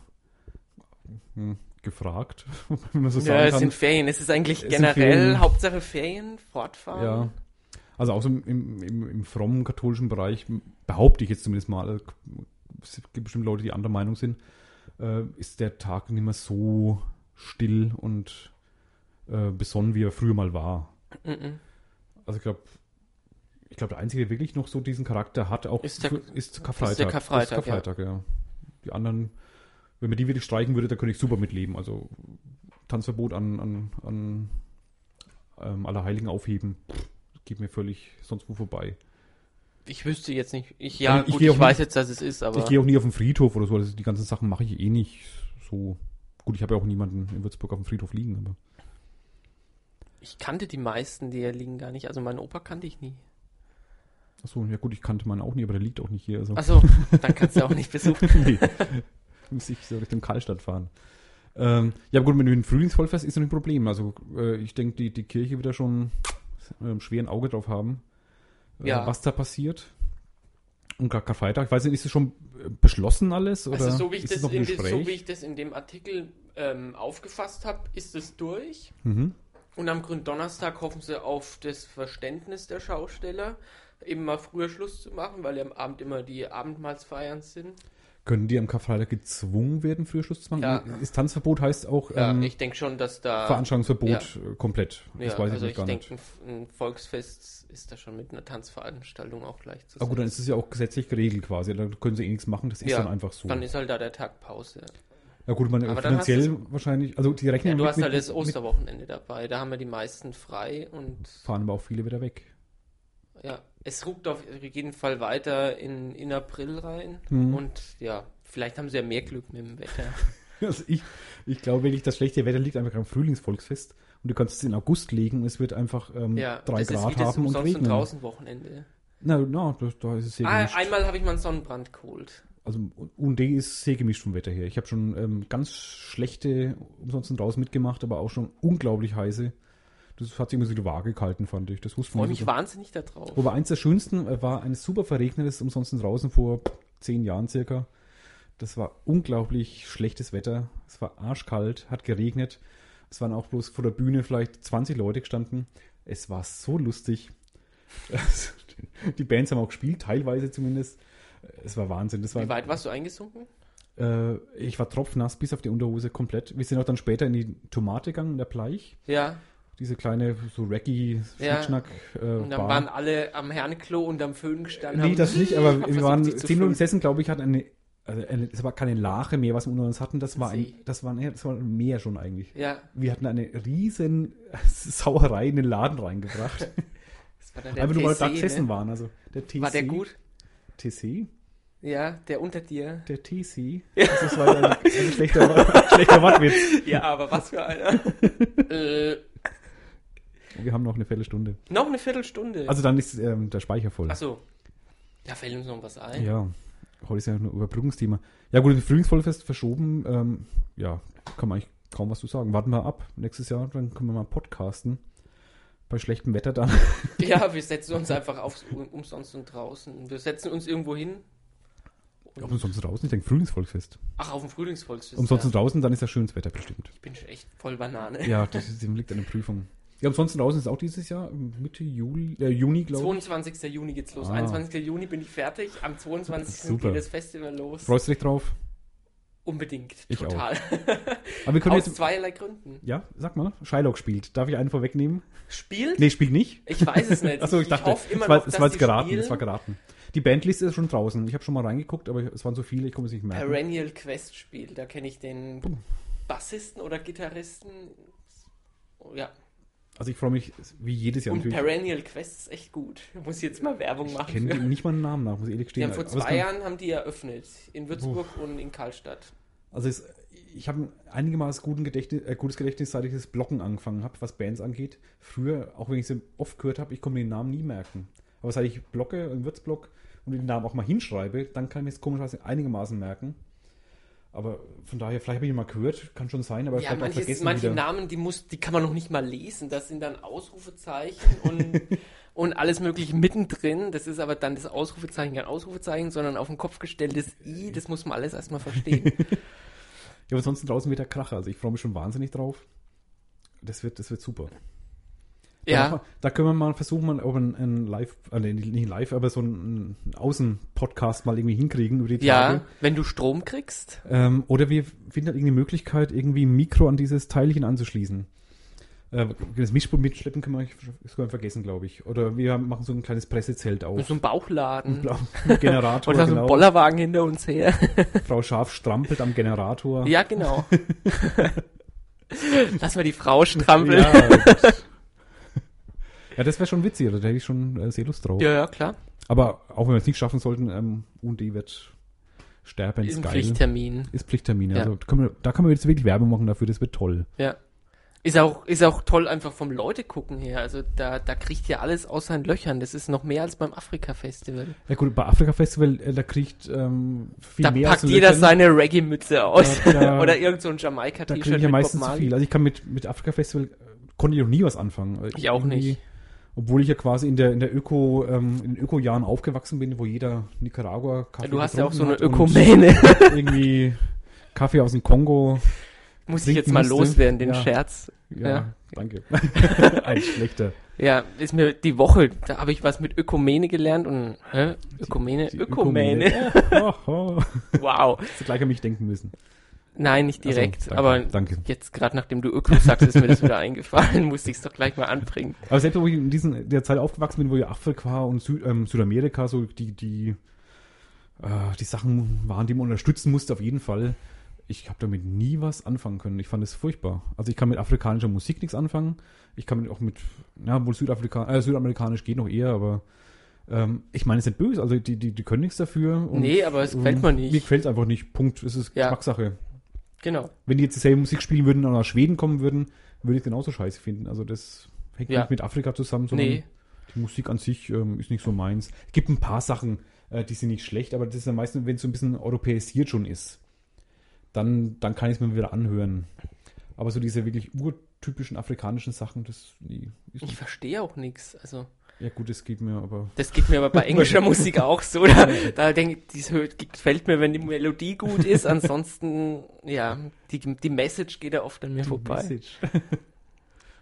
hm, gefragt, <laughs> wenn man so ja, sagen es sind kann. Ferien. Es ist eigentlich Es sind generell Ferien. Hauptsache Ferien, Fortfahren. Ja. Also auch so im, im, im, im frommen katholischen Bereich, behaupte ich jetzt zumindest mal, also, es gibt bestimmt Leute, die anderer Meinung sind, äh, ist der Tag nicht mehr so still und äh, besonnen, wie er früher mal war. Mhm. Also ich glaube, ich glaube, der Einzige, der wirklich noch so diesen Charakter hat, auch Ist der- für- ist Karfreitag. ist der Karfreitag, Ist Karfreitag ja. Die anderen, wenn man die wirklich streichen würde, da könnte ich super mitleben. Also Tanzverbot an, an, an ähm, Allerheiligen aufheben, pff, geht mir völlig sonst wo vorbei. Ich wüsste jetzt nicht. Ich, ja, Also ich gut, geh ich, auch weiß nicht- jetzt, dass es ist, aber ich gehe auch nie auf den Friedhof oder so. Also die ganzen Sachen mache ich eh nicht so. Gut, ich habe ja auch niemanden in Würzburg auf dem Friedhof liegen, aber ich kannte die meisten, die hier liegen, gar nicht. Also meinen Opa kannte ich nie. achso, ja gut, ich kannte meinen auch nie, aber der liegt auch nicht hier. Also. Achso, dann kannst du auch nicht besuchen. nee. Muss ich so Richtung Karlstadt fahren. Ähm, ja, gut, mit dem Frühlingsvollfest ist noch ein Problem. Also, äh, ich denke, die, die Kirche wird da schon äh, ein schweren Auge drauf haben, äh, Ja. was da passiert. Und Kar Karfreitag, ich weiß nicht, ist das schon äh, beschlossen alles? <laughs> Oder Also so wie, ich ist es das noch im in, de- Gespräch? so wie ich das in dem Artikel ähm, aufgefasst habe, ist es durch. mhm. Und am Gründonnerstag hoffen sie auf das Verständnis der Schausteller, eben mal früher Schluss zu machen, weil ja am Abend immer die Abendmahlsfeiern sind. Können die am Karfreitag gezwungen werden, früher Schluss zu machen? Ja. Ist Tanzverbot heißt auch Ja, ähm, ich denke schon, dass da... Veranstaltungsverbot äh, komplett. ja, das weiß also ich ich noch gar nicht. denke, ein Volksfest ist da schon mit einer Tanzveranstaltung auch gleich zu Aber gut, dann sehen. ist es ja auch gesetzlich geregelt quasi. Da können sie eh nichts machen. Das ist Ja, dann einfach so. Dann ist halt da der Tag Pause. Ja gut, man Aber dann hast finanziell wahrscheinlich, also die rechnen Ja, du mit- hast mit- halt das mit- Osterwochenende dabei, da haben wir die meisten frei und fahren aber auch viele wieder weg. <laughs> Ja, es ruckt auf jeden Fall weiter in, in April rein. Mhm. Und ja, vielleicht haben sie ja mehr Glück mit dem Wetter. Also ich, ich glaube wirklich, das schlechte Wetter liegt einfach am Frühlingsvolksfest und du kannst es in August legen und es wird einfach ähm, ja, drei das Grad ist wie das haben und umsonst und regnen. draußen Wochenende. Na, na, da, da ist es sehr Ah, gemischt. einmal habe ich mal einen Sonnenbrand geholt. Also UND ist sehr gemischt vom Wetter her. Ich habe schon ähm, ganz schlechte umsonst und draußen mitgemacht, aber auch schon unglaublich heiße. Das hat sich immer so die Waage gehalten, fand ich. Das wusste Freue man mich nicht so. wahnsinnig darauf. Wobei eins der schönsten äh, war ein super verregnetes umsonst draußen vor zehn Jahren circa. Das war unglaublich schlechtes Wetter. Es war arschkalt, hat geregnet. Es waren auch bloß vor der Bühne vielleicht 20 Leute gestanden. Es war so lustig. <laughs> Also, Die Bands haben auch gespielt, teilweise zumindest. Es war Wahnsinn. Das war, Wie weit warst du eingesunken? äh, ich war tropfnass bis auf die Unterhose komplett. Wir sind auch dann später in die Tomate gegangen, in der Bleich. Ja, Diese kleine, so reggae Ja. schnickschnack äh, und dann Bar. waren alle am Herrenklo und am Föhn gestanden. Nee, haben- das nicht, aber haben wir <laughs> versucht, waren sich zu zehn Minuten füllen. gesessen, glaube ich, hat eine, also eine, es war keine Lache mehr, was wir unter uns hatten, das war See. ein, das war, nee, das war ein Meer schon eigentlich. Ja, Wir hatten eine riesen <laughs> Sauerei in den Laden reingebracht. das war dann <laughs> der Einfach nur weil wir da TC, gesessen ne? waren. Also der TC. War der gut? TC? Ja, der <laughs> unter dir. Der <laughs> TC? Das ist leider ein, ein schlechter, Wort- schlechter Wortwitz. Ja, aber was <laughs> für einer. äh, Wir haben noch eine Viertelstunde. noch eine Viertelstunde. Also dann ist ähm, der Speicher voll. Achso. Da fällt uns noch was ein. Ja, heute ist ja nur ein Überbrückungsthema. Ja gut, das Frühlingsvollfest verschoben. Ähm, ja, kann man eigentlich kaum was zu sagen. Warten wir ab. Nächstes Jahr, dann können wir mal podcasten. Bei schlechtem Wetter dann. Ja, wir setzen uns einfach aufs um- umsonst und draußen. Wir setzen uns irgendwo hin. Ja, aber umsonst draußen, ich denke Frühlingsvolksfest. Ach, auf dem Frühlingsvolksfest. Umsonst ja. draußen, dann ist ja schönes Wetter bestimmt. Ich bin schon echt voll Banane. Ja, <laughs> das ist, liegt an der Prüfung. Ja, umsonst draußen ist auch dieses Jahr, Mitte Juli, äh, Juni, glaube ich. 22. Juni geht's los. Ah. 21. Juni bin ich fertig. Am 22. Super. geht das Festival los. Freust du dich drauf? Unbedingt. Ich auch. total. Aber wir können Aus jetzt. zweierlei Gründen. Ja, sag mal, Shylock spielt. Darf ich einen vorwegnehmen? Spielt? Nee, spielt nicht. Ich weiß es nicht. <laughs> Achso, ich dachte, hoffe immer es war, noch, es dass war die jetzt geraten, spielen. es war geraten. Die Bandliste ist schon draußen. Ich habe schon mal reingeguckt, aber es waren so viele, ich komme es nicht merken. Perennial Quest spielt. Da kenne ich den Bassisten oder Gitarristen. Ja, Also ich freue mich wie jedes Jahr und natürlich. Perennial Quest ist echt gut. Da muss ich jetzt mal Werbung Ich machen. kenne für. dem nicht mal einen Namen nach, muss ich ehrlich Die gestehen. haben vor Aber es zwei kann- Jahren haben die eröffnet. In Würzburg und in Karlstadt. Also es, ich habe einigermaßen guten Gedächtnis, äh, gutes Gedächtnis, seit ich das Blocken angefangen habe, was Bands angeht. Früher, auch wenn ich sie oft gehört habe, ich konnte mir den Namen nie merken. Aber seit ich blocke, im Würzblock und den Namen auch mal hinschreibe, dann kann ich mir das komischerweise einigermaßen merken. Aber von daher, vielleicht habe ich ihn mal gehört, kann schon sein, aber Ja, vielleicht auch manches, vergessen manche wieder. Namen, die, muss, die kann man noch nicht mal lesen. Das sind dann Ausrufezeichen und, <laughs> und alles Mögliche mittendrin. Das ist aber dann das Ausrufezeichen kein Ausrufezeichen, sondern auf den Kopf gestelltes I. Das muss man alles erstmal verstehen. <laughs> Ja, aber ansonsten draußen wird der Kracher. Also ich freue mich schon wahnsinnig drauf. Das wird, das wird super. Da, ja, machen wir- da können wir mal versuchen, mal, ob ein, ein Live, äh, nee, nicht live, aber so einen Außen-Podcast mal irgendwie hinkriegen über die ja, Tage. wenn du Strom kriegst. Ähm, oder wir finden halt irgendeine Möglichkeit, irgendwie ein Mikro an dieses Teilchen anzuschließen. Äh, das Mischpult mitschleppen können wir das können wir vergessen, glaube ich. Oder wir haben- machen so ein kleines Pressezelt Und auf. so ein Bauchladen. <laughs> Blau- Generator, genau. Oder so ein Bollerwagen hinter uns her. <laughs> Frau Scharf strampelt am Generator. <laughs> Ja, genau. Lass mal die Frau strampeln. Ja, ja, das- ja das wäre schon witzig, oder? da hätte ich schon äh, sehr Lust drauf. ja, klar. Aber auch wenn wir es nicht schaffen sollten, ähm, UND wird Ist ein sterbensgeil. Pflichttermin. Ist Pflichttermin. Ja. Also da können, wir, da können wir jetzt wirklich Werbung machen dafür, das wird toll. Ja. Ist auch, ist auch toll einfach vom Leute gucken her. Also da, da kriegt ja alles aus seinen Löchern. Das ist noch mehr als beim Afrika-Festival. Ja gut, bei Afrika Festival, äh, da kriegt ähm, viel Da mehr packt den jeder Löchern. seine Reggae-Mütze aus. Ja, da- <laughs> Oder irgend so Da ein kriege ich Jamaika-T-Shirt ja mit Bob meistens zu Marley. viel. Also ich kann mit, mit Afrika Festival, äh, konnte ich noch nie was anfangen. Äh, Ich auch irgendwie- nicht. Obwohl ich ja quasi in der in der Öko ähm, in Öko-Jahren aufgewachsen bin, wo jeder Nicaragua Kaffee Du hast ja auch so eine getrunken hat Ökumäne. und <laughs> irgendwie Kaffee aus dem Kongo. Muss ich trinken jetzt mal musste. loswerden, den Ja. Scherz. Ja, Ja. <laughs> danke. <laughs> Ein schlechter. Ja, ist mir die Woche, da habe ich was mit Ökumene gelernt und hä? Ökumene? Die Ökumene. Ökumene. Oh, oh, oh. <laughs> Wow. Hättest du gleich an mich denken müssen. Nein, nicht Also, direkt, danke, aber danke. jetzt gerade nachdem du Öko sagst, ist mir das wieder <laughs> eingefallen, musste ich es doch gleich mal anbringen. Aber selbst wo ich in diesen, der Zeit aufgewachsen bin, wo ja Afrika und Sü ähm, Südamerika so die, die, äh, die Sachen waren, die man unterstützen musste, auf jeden Fall. Ich habe damit nie was anfangen können. Ich fand es furchtbar. Also ich kann mit afrikanischer Musik nichts anfangen. Ich kann mit, auch mit, ja, wohl Südafrika äh, südamerikanisch geht noch eher, aber ähm, ich meine, es ist nicht böse. Also die, die, die können nichts dafür. und, Nee, aber es gefällt mir nicht. Mir gefällt es einfach nicht. Punkt. Es ist Ja. Geschmackssache. Genau. wenn die jetzt dieselbe Musik spielen würden und aus Schweden kommen würden, würde ich es genauso scheiße finden. Also das hängt Ja. nicht mit Afrika zusammen, sondern Nee. die Musik an sich ähm, ist nicht so meins. Es gibt ein paar Sachen, äh, die sind nicht schlecht, aber das ist am meisten, wenn es so ein bisschen europäisiert schon ist, dann, dann kann ich es mir wieder anhören. Aber so diese wirklich urtypischen afrikanischen Sachen, das nee, ist Ich verstehe auch nichts. Also, ja gut, das geht mir, aber das geht mir aber bei <laughs> englischer Musik auch so. Da, da denke ich, dies hört- gefällt mir, wenn die Melodie gut ist. Ansonsten, ja, die, die Message geht ja oft an mir <laughs> vorbei. Message.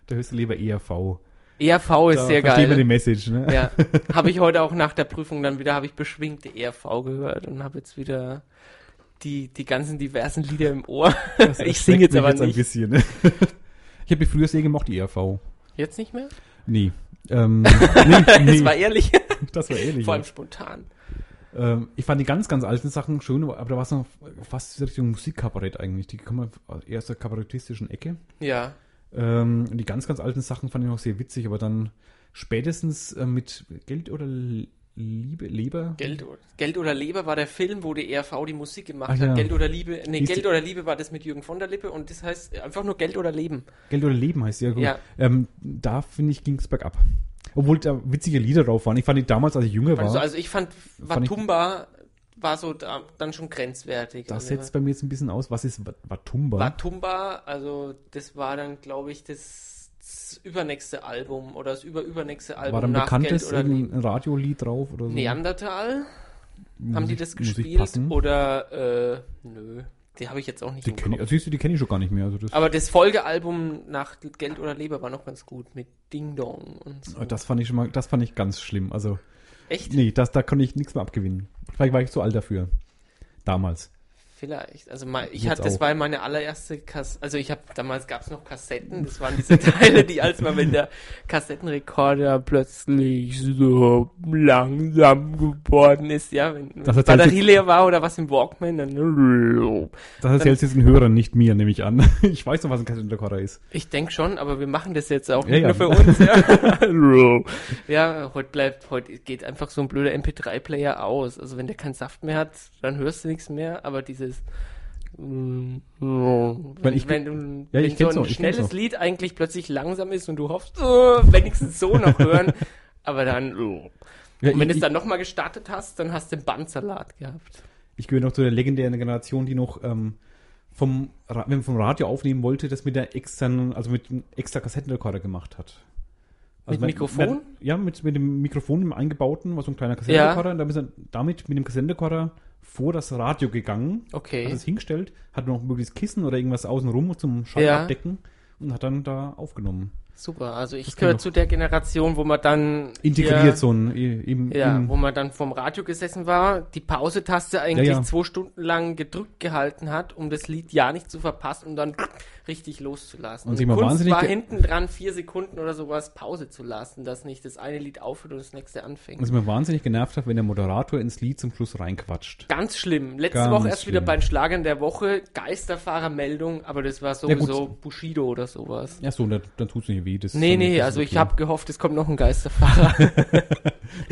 da hörst du lieber ERV. ERV E Oh, ist sehr versteht man die geil. Message, ne? Ja, habe ich heute auch nach der Prüfung dann wieder, habe ich beschwingte ERV gehört und habe jetzt wieder die, die ganzen diversen Lieder im Ohr. Das Ich singe erschreckt jetzt mich aber ein nicht. bisschen. ne? <laughs> Ich habe die früher sehr gemocht, die ERV. Jetzt nicht mehr? Nee. <laughs> Ähm, nee, nee. Das war ehrlich, das war ehrlich. vor allem spontan. Ähm, ich fand die ganz, ganz alten Sachen schön, aber da war es noch fast Richtung Musikkabarett eigentlich. Die kommen eher aus der kabarettistischen Ecke. Ja, Ähm, und die ganz, ganz alten Sachen fand ich noch sehr witzig, aber dann spätestens äh, mit Geld oder L- Liebe, Leber? Geld, o- Geld oder Liebe war der Film, wo die ERV die Musik gemacht Ach hat. ja. Geld oder Liebe, nee, Hieß Geld die- oder Liebe war das mit Jürgen von der Lippe und das heißt einfach nur Geld oder Leben. Geld oder Leben heißt die, ja gut. Ja. Ähm, da finde ich, ging es bergab. Obwohl da witzige Lieder drauf waren. Ich fand die damals, als ich jünger war, Also, also ich fand ich- Watumba war so da, dann schon grenzwertig. das also, setzt bei mir jetzt ein bisschen aus. Was ist Wat- Watumba? Watumba, also das war dann, glaube ich, das, das übernächste Album oder das überübernächste Album war dann nach bekanntes Geld oder Liebe. irgendein Radiolied drauf oder so? Neandertal, haben die Musik- das Musik gespielt passen? oder äh, nö, die habe ich jetzt auch nicht Die im kenne ich, Kopf. also siehst du, die kenne ich schon gar nicht mehr. Also das, Aber das Folgealbum nach Geld oder Leber war noch ganz gut mit Ding Dong und so. das fand ich schon mal, das fand ich ganz schlimm. Also, Echt? nee, das, da konnte ich nichts mehr abgewinnen. Vielleicht war ich zu alt dafür. Damals. Vielleicht. Also mein, ich Jetzt hatte, das auch. war meine allererste Kassette. Also ich habe damals gab es noch Kassetten. Das waren diese <laughs> Teile, die als man wenn der Kassettenrekorder plötzlich so langsam geworden ist, ja, wenn wenn Das erzählt Batterie sie- leer war oder was im Walkman, dann. Das erzählst du jetzt den Hörern, nicht mir, nehme ich an. <laughs> Ich weiß noch, was ein Kassettenrekorder ist. Ich denke schon, aber wir machen das jetzt auch Ja, nicht ja. nur für uns. Ja, <laughs> ja heute bleibt, heute geht einfach so ein blöder MP3-Player aus. Also wenn der keinen Saft mehr hat, dann hörst du nichts mehr, aber dieses mm, wenn, ich- wenn, Ja, wenn ich so kenn's ein noch, ich kenn's schnelles noch. Lied eigentlich plötzlich langsam ist und du hoffst, oh, wenigstens so <laughs> noch hören, aber dann oh. Ja, und wenn du ich, es dann nochmal gestartet hast, dann hast du den Bandsalat gehabt. ich gehöre noch zu der legendären Generation, die noch ähm, vom, Ra- wenn man vom Radio aufnehmen wollte, das mit der externen, also mit einem extra Kassettenrekorder gemacht hat. Also Mit Mikrofon? Man, ja, mit, mit dem Mikrofon im eingebauten, war so ein kleiner Kassettenrekorder. Und dann ist er damit mit dem Kassettenrekorder vor das Radio gegangen, Okay. hat es hingestellt, hat noch möglichst Kissen oder irgendwas außenrum zum Schall Ja. abdecken und hat dann da aufgenommen. Super, also ich Das kann gehöre doch- zu der Generation, wo man dann Integriert hier- so ein im, Ja, im, wo man dann vom Radio gesessen war, die Pause-Taste eigentlich Ja, ja. zwei Stunden lang gedrückt gehalten hat, um das Lied ja nicht zu verpassen und dann richtig loszulassen. Also Und sich mal wahnsinnig war ge- hinten dran vier Sekunden oder sowas Pause zu lassen, dass nicht das eine Lied aufhört und das nächste anfängt. Was mir wahnsinnig genervt hat, wenn der Moderator ins Lied zum Schluss reinquatscht. Ganz schlimm. Letzte Ganz Woche erst wieder schlimm. bei den Schlagern der Woche Geisterfahrermeldung, aber das war gut. sowieso Bushido oder sowas. Ja, so, dann, dann tut's nicht weh. Das ist Nee, dann- das nee, ist also ich okay. habe gehofft, es kommt noch ein Geisterfahrer. Du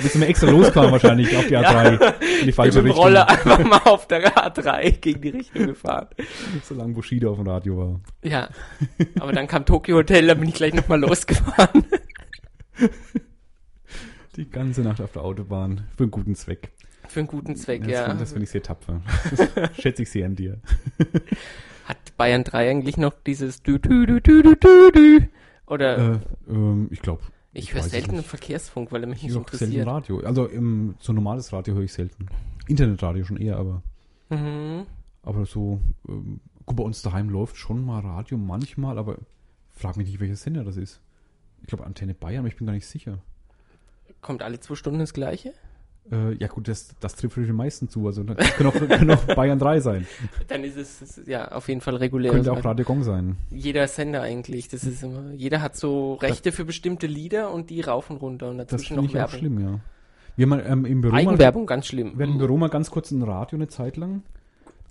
bist immer extra losgefahren wahrscheinlich <laughs> auf die A3. In die falsche mit dem Richtung. Roller einfach mal auf der A3 gegen die Richtung gefahren. Solange Bushido auf dem Radio war. Ja, aber dann kam Tokyo Hotel, da bin ich gleich nochmal losgefahren. <laughs> Die ganze Nacht auf der Autobahn. Für einen guten Zweck. Für einen guten Zweck, Das, ja. find- das finde ich sehr <laughs> tapfer. Das schätze ich sehr an dir. Hat Bayern 3 eigentlich noch dieses dü dü dü dü dü dü dü? Oder Äh, ähm, ich glaube. ich höre selten Verkehrsfunk, weil er mich Ich nicht höre selten interessiert. Radio. Also im, so normales Radio höre ich selten. Internetradio schon eher, aber. Mhm. Aber so, ähm, gut, bei uns daheim läuft schon mal Radio manchmal, aber frag mich nicht, welcher Sender das ist. Ich glaube Antenne Bayern, aber ich bin gar nicht sicher. Kommt alle zwei Stunden das Gleiche? Äh, ja gut, das, das trifft für die meisten zu. Also das kann auch, <laughs> kann auch Bayern 3 sein. Dann ist es es ist ja auf jeden Fall regulär. Also Könnte auch Radio Gong sein. Jeder Sender eigentlich, das ist immer, jeder hat so Rechte für bestimmte Lieder und die rauf und runter und Das dazwischen finde noch ich auch Werbung. schlimm, ja. Wir haben mal, ähm, im Büro mal, wir Eigenwerbung, ganz schlimm. Mhm. hatten im Büro mal ganz kurz ein Radio eine Zeit lang.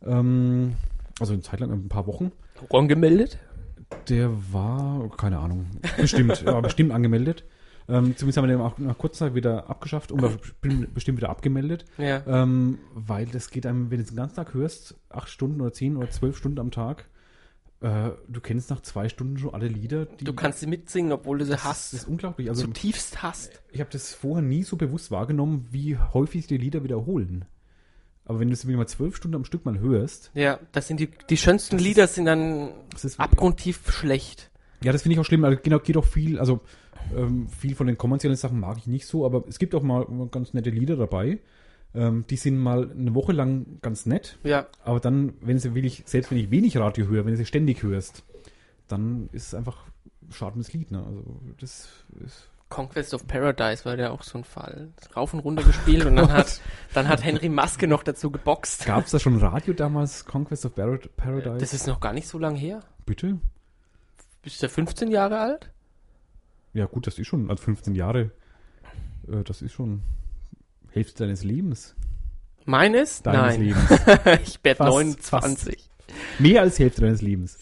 Ähm, also eine Zeit lang, ein paar Wochen. Ron gemeldet? Der war, keine Ahnung, <laughs> bestimmt, war bestimmt angemeldet. Ähm, zumindest haben wir den auch nach kurzer Zeit wieder abgeschafft und war bestimmt- bestimmt wieder abgemeldet. Ja. Ähm, weil das geht einem, wenn du es den ganzen Tag hörst, acht Stunden oder zehn oder zwölf Stunden am Tag, äh, du kennst nach zwei Stunden schon alle Lieder. Die Du kannst sie mitsingen, obwohl du sie Das hasst. ist unglaublich. Also Zutiefst hasst. ich habe das vorher nie so bewusst wahrgenommen, wie häufig die Lieder wiederholen. Aber wenn du es irgendwie mal zwölf Stunden am Stück mal hörst, Ja, das sind die, die schönsten Lieder sind dann das ist abgrundtief schlecht. Ja, das finde ich auch schlimm. Also genau, geht auch viel, also ähm, viel von den kommerziellen Sachen mag ich nicht so, aber es gibt auch mal ganz nette Lieder dabei. Ähm, die sind mal eine Woche lang ganz nett, Ja, aber dann, wenn sie wirklich, selbst wenn ich wenig Radio höre, wenn du sie ständig hörst, dann ist es einfach schadendes Lied. Ne? Also das ist Conquest of Paradise war ja auch so ein Fall. Rauf und runter gespielt und dann <laughs> hat, dann hat Henry Maske noch dazu geboxt. Gab es da schon Radio damals, Conquest of Barad- Paradise? Das ist noch gar nicht so lang her. Bitte? Bist du 15 Jahre alt? Ja gut, das ist schon, also 15 Jahre, äh, das ist schon Hälfte deines Lebens. Meines? Deines Nein. Lebens. <laughs> Ich werd Fast, 29. Mehr als Hälfte deines Lebens.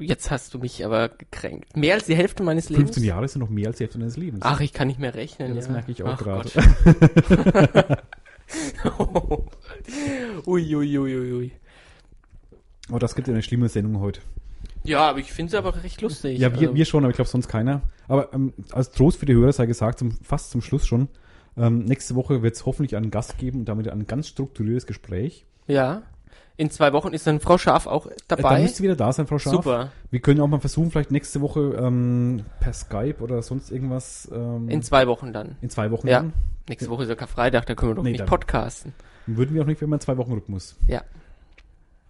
Jetzt hast du mich aber gekränkt. Mehr als die Hälfte meines Lebens? 15 Jahre sind noch mehr als die Hälfte deines Lebens. Ach, ich kann nicht mehr rechnen. Ja, das merke ich auch Ach gerade. <laughs> Gott. <laughs> Ui, ui, ui, ui, ui. Aber das gibt ja eine schlimme Sendung heute. Ja, aber ich finde es aber recht lustig. Ja, wir, Also- wir schon, aber ich glaube sonst keiner. Aber ähm, als Trost für die Hörer sei gesagt, zum, fast zum Schluss schon, ähm, nächste Woche wird es hoffentlich einen Gast geben und damit ein ganz strukturiertes Gespräch. Ja. In zwei Wochen ist dann Frau Schaf auch Äh, Da dabei. müsst ihr wieder da sein, Frau Scharf. Super. Wir können auch mal versuchen, vielleicht nächste Woche ähm, per Skype oder sonst irgendwas ähm, In zwei Wochen dann. in zwei Wochen. Ja. dann. Nächste Woche ist ja kein Freitag, da können wir doch Nee, nicht dann- podcasten. Würden wir auch nicht, wenn man zwei Wochen Rhythmus. Ja.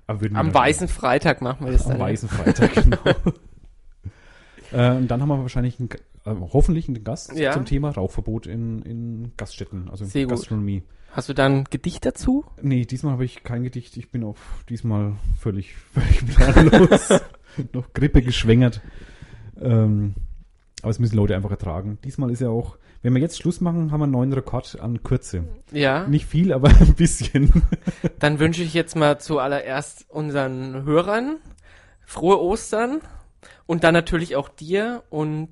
Aber würden wir Am dann- <laughs> weißen Freitag machen wir das dann. Am weißen Freitag, genau. Äh, und dann haben wir wahrscheinlich einen, G- äh, hoffentlich einen Gast Ja. zum Thema Rauchverbot in, in Gaststätten, also Sehr gut. Gastronomie. Hast du da ein Gedicht dazu? Nee, diesmal habe ich kein Gedicht. Ich bin auf diesmal völlig, <laughs> völlig planlos. <laughs> Noch Grippe geschwängert. Ähm, aber es müssen Leute einfach ertragen. Diesmal ist ja auch, wenn wir jetzt Schluss machen, haben wir einen neuen Rekord an Kürze. Ja. Nicht viel, aber <laughs> ein bisschen. Dann wünsche ich jetzt mal zuallererst unseren Hörern frohe Ostern und dann natürlich auch dir und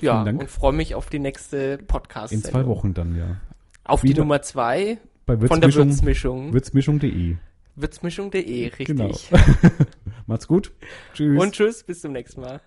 ja, Vielen Dank. und freue mich auf die nächste podcast In zwei Wochen dann, ja. Auf die Wieder- Nummer zwei Bei von der Würzmischung. Würzmischung. Würzmischung.de. Würzmischung.de, richtig. Genau. Macht's gut. Tschüss. Und tschüss, bis zum nächsten Mal.